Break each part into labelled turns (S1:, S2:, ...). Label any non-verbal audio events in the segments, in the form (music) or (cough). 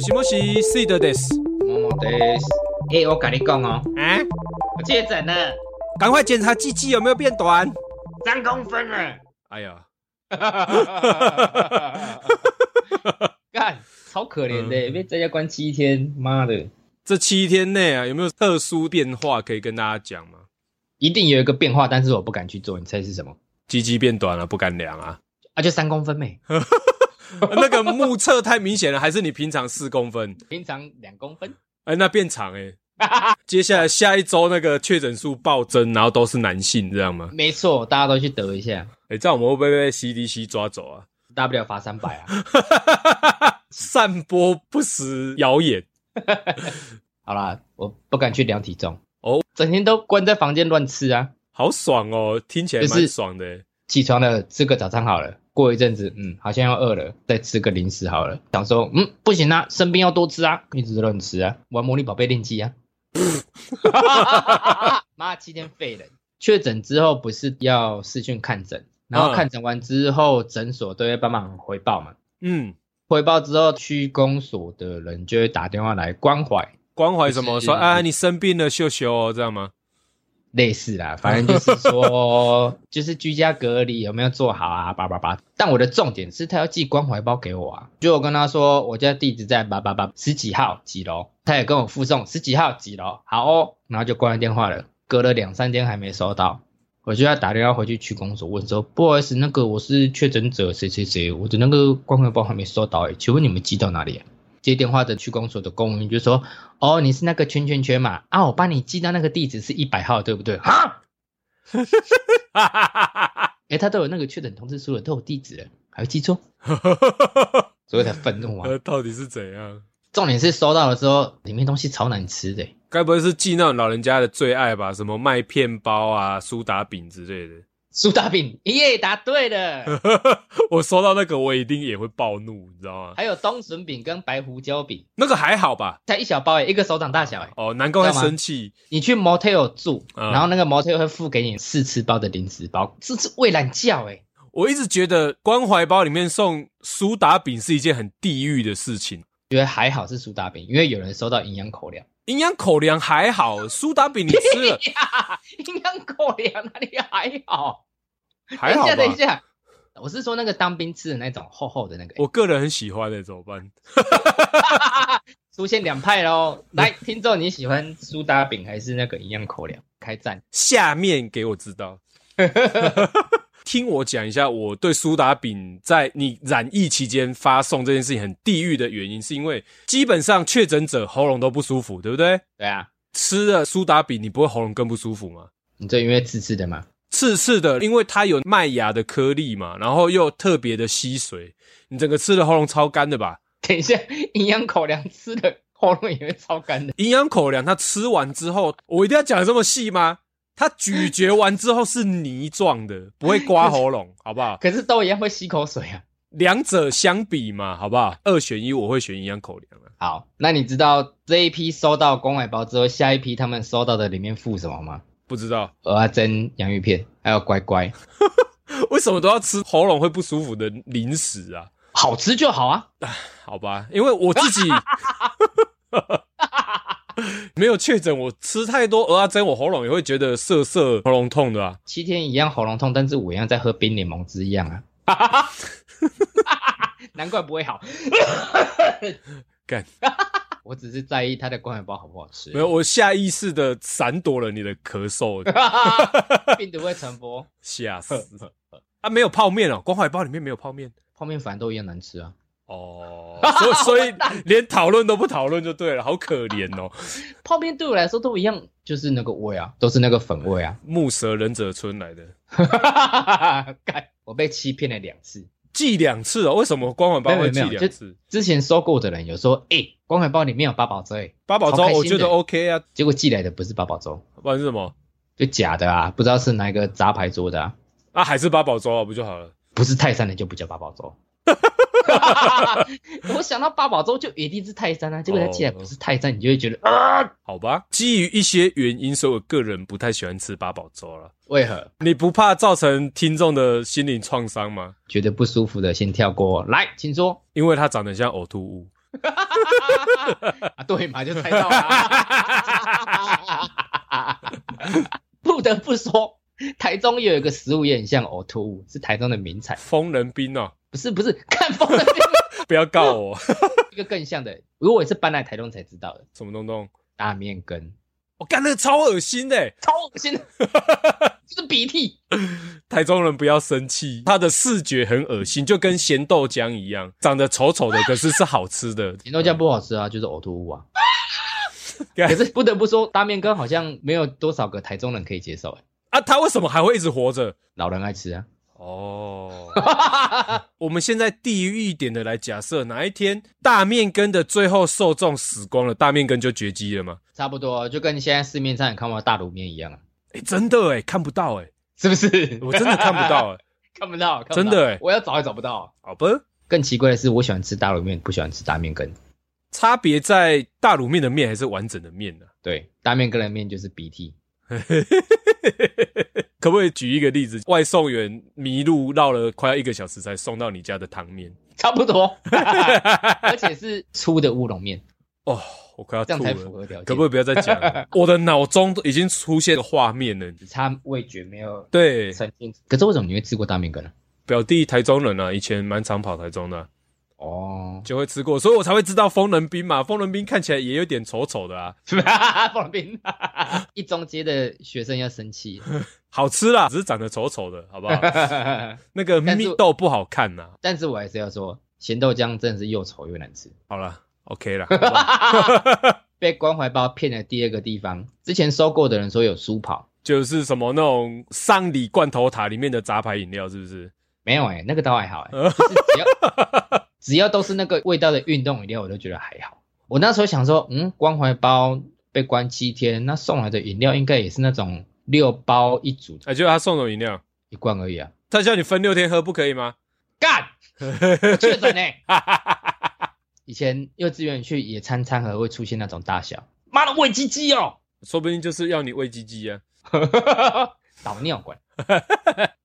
S1: しもし、水田です。
S2: 某某的，哎、我跟你讲哦，
S1: 啊？
S2: 我确诊了，
S1: 赶快检查鸡鸡有没有变短。
S2: 三公分
S1: (laughs)
S2: 啊了。
S1: 哎呀，
S2: 干，超可怜的，
S1: 嗯
S2: 被在家关七天，妈的，
S1: 这七天内啊，有没有特殊变化可以跟大家讲吗？
S2: 一定有一个变化，但是我不敢去做，你猜是什么？
S1: 鸡鸡变短了，不敢量 (laughs) 啊。
S2: 啊，就三公分没，
S1: 那个目测太明显了，还是你平常四公分？
S2: 平常两公分。
S1: 哎，那变长哎、 (laughs) 接下来下一周那个确诊数暴增，然后都是男性，这样吗？
S2: 没错，大家都去得一下，
S1: 哎、这样我们会不会被 CDC 抓走啊？ (laughs)
S2: 大不了罚三百啊。
S1: 散播不实谣言，
S2: 好啦，我不敢去量体重，
S1: 哦，
S2: 整天都关在房间乱吃啊。
S1: 好爽哦，听起来
S2: 就是
S1: 蛮爽的、欸。
S2: 起床了，吃个早餐好了。过一阵子，嗯，好像要饿了，再吃个零食好了。想说，嗯，不行啊，生病要多吃啊，一直乱吃啊，玩魔力宝贝练级啊。 (laughs) 妈，七天废人。确诊之后不是要视讯看诊，然后
S1: 嗯
S2: 看诊完之后，诊所都会帮忙回报嘛。
S1: 嗯，
S2: 回报之后，区公所的人就会打电话来关怀，
S1: 关怀什么？
S2: 就是
S1: 说啊，你生病了，秀秀哦，这样吗？
S2: 类似啦，反正就是说，就是居家隔离有没有做好啊，叭叭叭。但我的重点是他要寄关怀包给我啊，就我跟他说我家地址在叭叭叭十几号几楼，他也跟我附送十几号几楼，好哦，然后就挂了电话了。隔了两三天还没收到，我就要打电话回去区公所问说，不好意思，那个我是确诊者谁谁谁，我的那个关怀包还没收到诶、请问你们寄到哪里、啊？接电话的区公所的公务员就说：“哦，你是那个圈圈圈嘛？啊，我帮你寄到那个地址是一百号，对不对？哈，
S1: 哈哈哈
S2: 哎、他都有那个确诊通知书了，都有地址了，还会记错，
S1: 哈哈！
S2: 所以才愤怒
S1: (laughs)
S2: 啊
S1: 呃，！到底是怎样？
S2: 重点是收到了之后，里面东西超难吃的、
S1: 该不会是寄那种老人家的最爱吧？什么麦片包啊、苏打饼之类的？ (laughs)
S2: 苏打饼，耶，答对了，
S1: 我收到那个，我一定也会暴怒，你知道吗？
S2: 还有冬笋饼跟白胡椒饼，
S1: 那个还好吧？
S2: 才一小包诶、一个手掌大小诶、
S1: 哦，难怪会生气。
S2: 你去 motel 住，
S1: 嗯
S2: 然后那个 motel 会付给你试吃包的零食包，这是喂懒觉诶、
S1: 我一直觉得关怀包里面送苏打饼是一件很地狱的事情。
S2: 觉得还好是苏打饼，因为有人收到营养口粮，
S1: 营养口粮还好，苏打饼你
S2: (laughs)
S1: 吃了
S2: 营养口粮哪里还好？
S1: 还好
S2: 等一下，等一
S1: 吧？
S2: 下，我是说那个当兵吃的那种厚厚的那个、
S1: 我个人很喜欢的、怎么办？
S2: (laughs) 出现两派喽。来，听众，你喜欢苏打饼还是那个营养口粮？开战！
S1: 下面给我知道。听我讲一下，我对苏打饼在你染疫期间发送这件事情很地狱的原因，是因为基本上确诊者喉咙都不舒服，对不对？
S2: 对啊，
S1: 吃了苏打饼，你不会喉咙更不舒服吗？
S2: 你这因为自制的嘛，
S1: 刺刺的，因为它有麦芽的颗粒嘛，然后又特别的吸水，你整个吃的喉咙超干的吧？
S2: 等一下营养口粮吃的喉咙也会超干的。
S1: 营养口粮它吃完之后，我一定要讲得这么细吗？它咀嚼完之后是泥状的，不会刮喉咙，好不好？
S2: 可是都一样会吸口水啊。
S1: 两者相比嘛，好不好？二选一，我会选营养口粮啊。
S2: 好，那你知道这一批收到公海包之后，下一批他们收到的里面附什么吗？
S1: 不知道
S2: 蚵仔煎、洋芋片，还有乖乖，
S1: 为什么都要吃喉咙会不舒服的零食啊？
S2: 好吃就好啊。
S1: 好吧，因为我自己 (laughs) 没有确诊，我吃太多蚵仔煎，我喉咙也会觉得涩涩、喉咙痛的啊。
S2: 七天一样喉咙痛，但是我一样在喝冰柠檬汁一样啊。 (laughs) 难怪不会好。
S1: 干，
S2: (laughs) 我只是在意它的关海包好不好吃。
S1: 没有，我下意识的闪躲了你的咳嗽，
S2: (laughs) 病毒会传播。
S1: 吓死啊！没有泡面哦，关怀包里面没有泡面
S2: 泡面反正都一样难吃啊。
S1: 哦，所以所以连讨论都不讨论就对了，好可怜哦。
S2: 泡面对我来说都一样，就是那个味啊，都是那个粉味啊。 (laughs)
S1: 木蛇忍者村来的，
S2: 干我被欺骗了两次。
S1: 寄两次哦？为什么关怀包会寄
S2: 没有没有
S1: 两次？
S2: 之前收购的人有说，哎、关海包里面有八宝粥、欸，
S1: 八宝粥
S2: 超开心的
S1: 我觉得 OK 啊，
S2: 结果寄来的不是八宝粥，
S1: 不然是什么
S2: 就假的啊，不知道是哪一个杂牌做的啊。
S1: 啊？还是八宝粥啊，不就好了？
S2: 不是泰山的就不叫八宝 (laughs) 粥。我想到八宝粥就一定是泰山啊，结果它既然不是泰山，你就会觉得啊，
S1: 好吧，基于一些原因，所以我个人不太喜欢吃八宝粥了。
S2: 为何
S1: 你不怕造成听众的心灵创伤吗？
S2: (laughs) 觉得不舒服的先跳过。来，请说。
S1: 因为它长得像呕吐物。
S2: 啊，对嘛，就猜到 (laughs) 了。不得不说，台中也有一个食物也很像呕吐物，是台中的名产。
S1: 疯人兵哦，
S2: 不是不是，看疯了
S1: 不要告我， (laughs)
S2: 一个更像的，如果我也是搬来台中才知道的，
S1: 什么东东？
S2: 大面羹，
S1: 我干那个超恶心的欸，
S2: 超恶心的， (laughs) 就是鼻涕。
S1: 台中人不要生气，它的视觉很恶心，就跟咸豆浆一样，长得丑丑的，可是是好吃的。
S2: 甜豆浆不好吃啊，就是呕吐物啊。
S1: (laughs) 干
S2: 可是不得不说，大面羹好像没有多少个台中人可以接受、哎，
S1: 啊，它为什么还会一直活着？
S2: 老人爱吃啊。
S1: 哦， (laughs) 我们现在地狱一点的来假设，哪一天大面根的最后受众死光了，大面根就绝迹了吗？
S2: 差不多，啊就跟现在市面上你看到的大卤面一样啊，
S1: 哎、真的哎，看不到哎，
S2: 是不是？
S1: 我真的看不到哎。
S2: (laughs) 看不到，看不到
S1: 真的欸
S2: 我要找也找不到。
S1: 好吧，
S2: 更奇怪的是，我喜欢吃大卤面，不喜欢吃大面羹。
S1: 差别在大卤面的面还是完整的面啊呢、
S2: 对，大面羹的面就是鼻涕，
S1: 可不可以举一个例子？外送员迷路绕了快要一个小时才送到你家的汤面，
S2: 差不
S1: (laughs)
S2: 多，而且是粗的乌龙面，
S1: 哦，我快要
S2: 这样
S1: 吐
S2: 才符
S1: 了。
S2: 合条件。
S1: 可不可以不要再讲
S2: (laughs)
S1: 了？我的脑中已经出现画面了。
S2: 只差味觉没有
S1: 对，
S2: 呈现？可是为什么你会吃过大面羹呢？啊
S1: 表弟台中人啊，以前蛮常跑台中的啊、
S2: 哦，
S1: 就会吃过，所以我才会知道风人兵嘛。风人兵看起来也有点丑丑的啊，
S2: (laughs) 放冰， (laughs) 一中街的学生要生 (laughs) 气，
S1: 好吃啦，只是长得丑丑的，好不
S2: (laughs)
S1: 好？那个
S2: 但是
S1: 蜜豆不好看呐、
S2: 但是我还是要说，咸豆浆真的是又丑又难吃。
S1: 好啦 o、k 啦，好不好
S2: 被关怀包骗的第二个地方，之前收购的人说有苏跑，
S1: 就是什么那种上礼罐头塔里面的杂牌饮料，是不是？
S2: 没有哎、那个倒还好 (laughs) 哎、就是只要只要都是那个味道的运动饮料，我都觉得还好。我那时候想说，嗯，关怀包被关七天，那送来的饮料应该也是那种六包一组
S1: 哎、就是他送的饮料，
S2: 一罐而已啊。
S1: 他叫你分六天喝，不可以吗？
S2: (laughs) 干，我确诊哎！以前幼稚园去野餐餐盒会出现那种大小，妈的喂鸡鸡哦，
S1: 说不定就是要你喂鸡鸡啊。
S2: (laughs) 导尿管。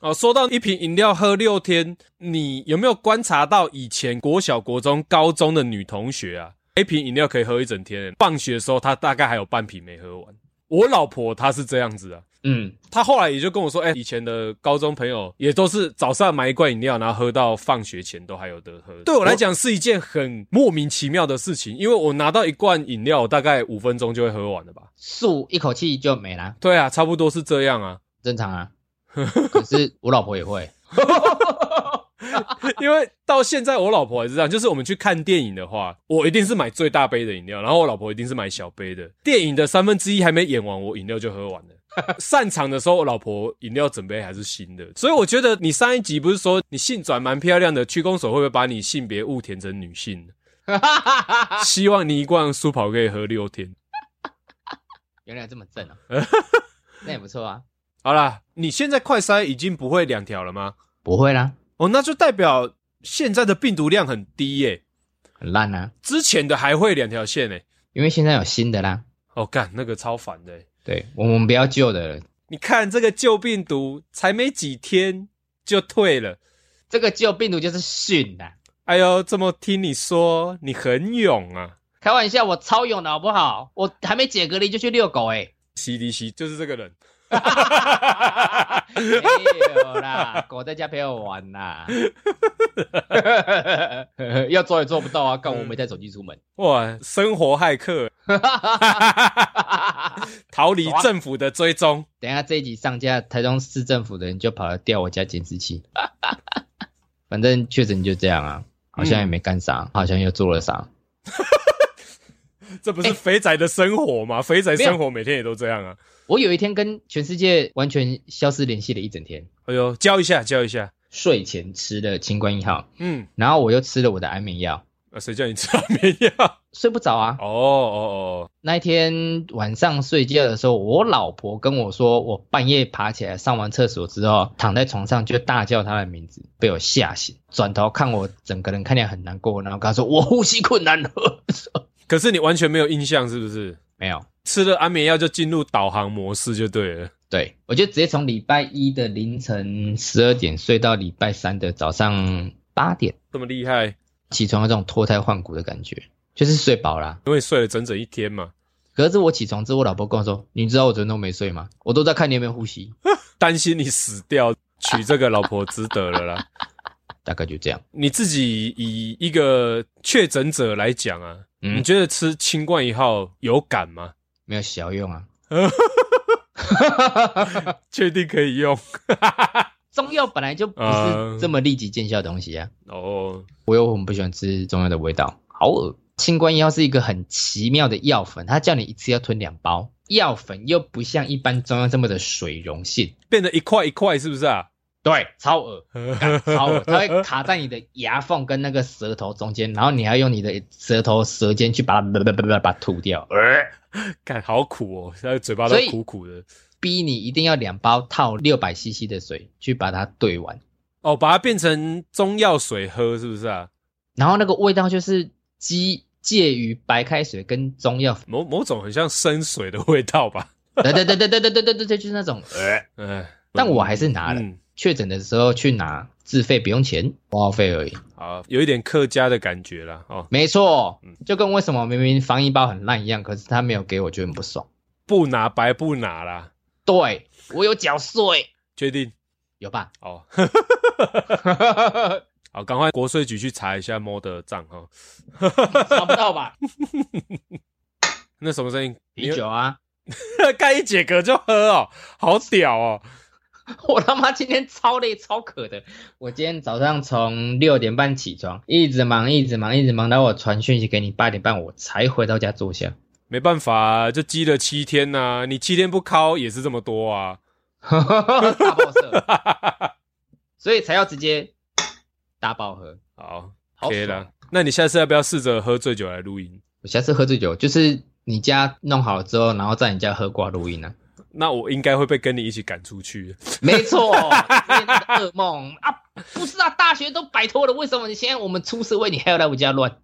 S1: 哦，说到一瓶饮料喝六天，你有没有观察到以前国小、国中、高中的女同学啊，一瓶饮料可以喝一整天，放学的时候她大概还有半瓶没喝完。我老婆她是这样子啊，
S2: 嗯，
S1: 她后来也就跟我说，哎、以前的高中朋友也都是早上买一罐饮料，然后喝到放学前都还有得喝。对我来讲是一件很莫名其妙的事情，因为我拿到一罐饮料，我大概五分钟就会喝完了吧？
S2: 漱一口气就没啦，
S1: 对啊，差不多是这样啊。
S2: 正常啊。可是我老婆也会，
S1: 因为到现在我老婆还是这样，就是我们去看电影的话，我一定是买最大杯的饮料，然后我老婆一定是买小杯的。电影的三分之一还没演完，我饮料就喝完了。 (laughs) 散场的时候，我老婆饮料准备还是新的，所以我觉得你上一集不是说你性转蛮漂亮的，区公所会不会把你性别误填成女性？希望你一罐苏跑可以喝六天。
S2: 原来这么正啊，那也不错啊。
S1: 好啦，你现在快筛已经不会两条了吗？
S2: 不会啦，
S1: 哦，那就代表现在的病毒量很低耶、
S2: 很烂啊，
S1: 之前的还会两条线诶、
S2: 因为现在有新的啦。
S1: 哦，干那个超烦的欸。
S2: 对我们不要旧的了，
S1: 你看这个旧病毒才没几天就退了。
S2: 这个旧病毒就是训的。
S1: 哎呦，这么听你说，你很勇啊
S2: 开玩笑，我超勇的好不好？我还没解隔离就去遛狗哎、
S1: ！CDC 就是这个人。 (laughs)
S2: 没有啦，狗在家陪我玩啦。 (laughs) 要做也做不到啊，干我没带手机出门。 (laughs)
S1: 哇，生活骇客逃离政府的追踪。
S2: 等一下这一集上架，台中市政府的人就跑来调我家监视器。反正确诊就这样啊，好像也没干啥，好像又做了啥。
S1: 这不是肥仔的生活吗？肥仔生活每天也都这样啊。
S2: 我有一天跟全世界完全消失联系了一整天，
S1: 哎呦，教一下，教一下。
S2: 睡前吃了清冠一号，
S1: 嗯，
S2: 然后我又吃了我的安眠药，
S1: 啊，谁叫你吃安眠药？ (laughs)
S2: 睡不着啊。
S1: 哦哦
S2: 那一天晚上睡觉的时候，我老婆跟我说，我半夜爬起来上完厕所之后，躺在床上就大叫她的名字，被我吓醒，转头看我整个人看起来很难过，然后跟她说我呼吸困难了。
S1: 哦，可是你完全没有印象，是不是？
S2: 没有，
S1: 吃了安眠药就进入导航模式就对了。
S2: 对我就直接从礼拜一的凌晨十二点睡到礼拜三的早上八点，
S1: 这么厉害，
S2: 起床有这种脱胎换骨的感觉。就是睡饱啦。
S1: 因为睡了整整一天嘛，
S2: 可是我起床之后，我老婆跟我说：“你知道我昨天都没睡吗？我都在看你有没有呼吸。
S1: 担心你死掉，娶这个老婆值得了
S2: (laughs)
S1: 啦。”
S2: 大概就这样。
S1: 你自己以一个确诊者来讲啊，
S2: 嗯
S1: 你觉得吃清冠一号有感吗？
S2: 没有小用啊。
S1: 确定可以用
S2: 中药本来就不是这么立即见效的东西啊。
S1: 哦？
S2: 我又很不喜欢吃中药的味道，好恶。清冠药是一个很奇妙的药粉，它叫你一次要吞两包。药粉又不像一般中药这么的水溶性，
S1: 变得一块一块是不是啊？
S2: 对，超恶，干超恶，
S1: (laughs)
S2: 它会卡在你的牙缝跟那个舌头中间，然后你还要用你的舌头舌尖去把它叭叭叭叭把它吐掉，呃
S1: 看好苦哦，现在嘴巴都
S2: 所以
S1: 苦苦的
S2: 逼你一定要两包套六百 CC 的水去把它兑完，
S1: 哦，把它变成中药水喝是不是啊？
S2: 然后那个味道就是基介于白开水跟中药
S1: 某某种很像生水的味道吧？
S2: (laughs) 对对对对对对对对对，就是那种。
S1: 哎，
S2: 但我还是拿了，
S1: 嗯，
S2: 确诊的时候去拿，自费不用钱，挂号费而已。
S1: 好，有一点客家的感觉啦哦，
S2: 没错，就跟为什么明明防疫包很烂一样，可是他没有给我，就很不爽。
S1: 不拿白不拿啦，
S2: 对我有缴税，
S1: 确定
S2: 有吧？ (laughs)
S1: 哦。好，赶快国税局去查一下猫的账哦哈。
S2: 查不到吧？
S1: 那什么声音？
S2: 啤酒啊！ (laughs)
S1: 你， (laughs) 干一解渴就喝哦，好屌哦！
S2: 我他妈今天超累超渴的。我今天早上从六点半起床，一直忙一直忙一直忙，到我传讯息给你八点半，我才回到家坐下。 (laughs)
S1: 没办法、啊，就积了七天呐、你七天不敲也是这么多啊。
S2: 大爆射，所以才要直接大爆喝。
S1: 好
S2: 好
S1: ，OK
S2: 爽
S1: 了。那你下次要不要试着喝醉酒来录音？
S2: 我下次喝醉酒，就是你家弄好了之后，然后在你家喝挂录音啊。
S1: 那我应该会被跟你一起赶出去。 (laughs)
S2: 没错，你那个噩梦啊！不是啊，大学都摆脱了，为什么你现在我们出社会，你还要来我家乱？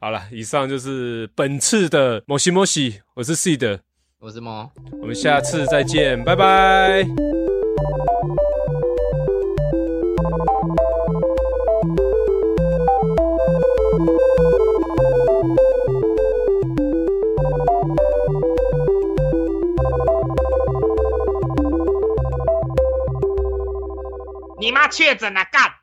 S1: 好了，以上就是本次的摩西摩西，我是 C 的，
S2: 我是猫。
S1: 我们下次再见，拜拜。
S2: 你妈确诊了，干！